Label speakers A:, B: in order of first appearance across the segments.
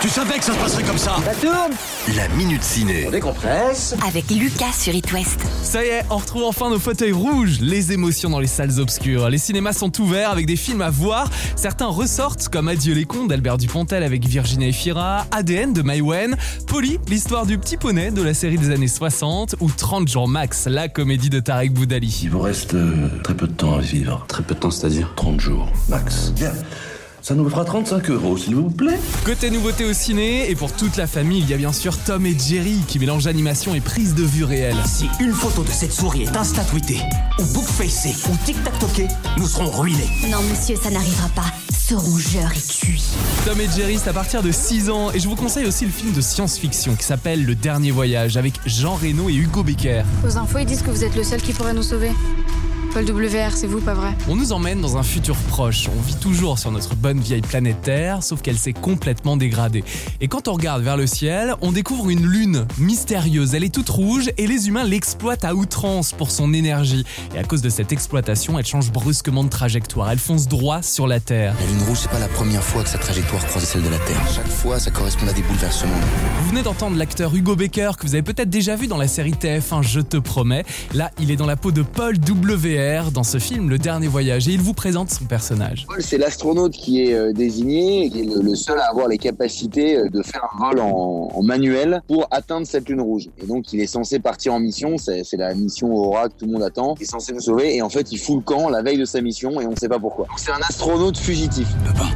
A: Tu savais que ça se passerait comme ça
B: Ça tourne
C: La Minute Ciné.
B: Décompresse
D: avec Lucas sur It West.
E: Ça y est, on retrouve enfin nos fauteuils rouges, les émotions dans les salles obscures. Les cinémas sont ouverts avec des films à voir. Certains ressortent comme Adieu les cons d'Albert Dupontel avec Virginia Efira, ADN de Maïwen, Polly, l'histoire du petit poney de la série des années 60 ou 30 jours max, la comédie de Tarek Boudali.
F: Il vous reste euh, très peu de temps à vivre.
G: Très peu de temps, c'est-à-dire
F: 30 jours, max. Bien. Ça nous fera 35 euros, s'il vous plaît.
E: Côté nouveauté au ciné, et pour toute la famille, il y a bien sûr Tom et Jerry qui mélange animation et prise de vue réelle.
H: Si une photo de cette souris est insta-tweetée, ou bookfacée, ou tic-tac-toquée, nous serons ruinés.
D: Non, monsieur, ça n'arrivera pas. Ce rongeur est cuit.
E: Tom et Jerry, c'est à partir de 6 ans, et je vous conseille aussi le film de science-fiction qui s'appelle Le Dernier Voyage avec Jean Reno et Hugo Becker.
I: Aux infos, ils disent que vous êtes le seul qui pourrait nous sauver. Paul WR, c'est vous, pas vrai
E: On nous emmène dans un futur proche. On vit toujours sur notre bonne vieille planète Terre, sauf qu'elle s'est complètement dégradée. Et quand on regarde vers le ciel, on découvre une lune mystérieuse. Elle est toute rouge et les humains l'exploitent à outrance pour son énergie. Et à cause de cette exploitation, elle change brusquement de trajectoire. Elle fonce droit sur la Terre.
J: La Lune rouge, c'est pas la première fois que sa trajectoire croise celle de la Terre. Chaque fois, ça correspond à des bouleversements.
E: Vous venez d'entendre l'acteur Hugo Baker que vous avez peut-être déjà vu dans la série TF1 Je te promets. Là, il est dans la peau de Paul WR dans ce film Le Dernier Voyage et il vous présente son personnage.
K: Paul, c'est l'astronaute qui est euh, désigné et qui est le, le seul à avoir les capacités euh, de faire un vol en, en manuel pour atteindre cette lune rouge. Et donc, il est censé partir en mission. C'est c'est la mission Aura que tout le monde attend. Il est censé nous sauver et en fait, il fout le camp la veille de sa mission et on ne sait pas pourquoi. Donc, C'est un astronaute fugitif.
J: Papa,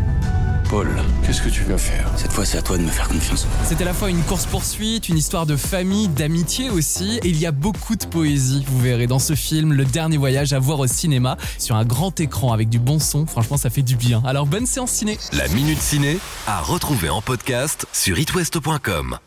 F: Paul, qu'est-ce que tu vas faire
J: cette fois, c'est à toi de me faire confiance.
E: C'est à la fois une course-poursuite, une histoire de famille, d'amitié aussi, et il y a beaucoup de poésie, vous verrez, dans ce film Le Dernier Voyage à voir au cinéma, sur un grand écran avec du bon son, franchement ça fait du bien. Alors bonne séance ciné
C: La Minute Ciné à retrouver en podcast sur itwest.com.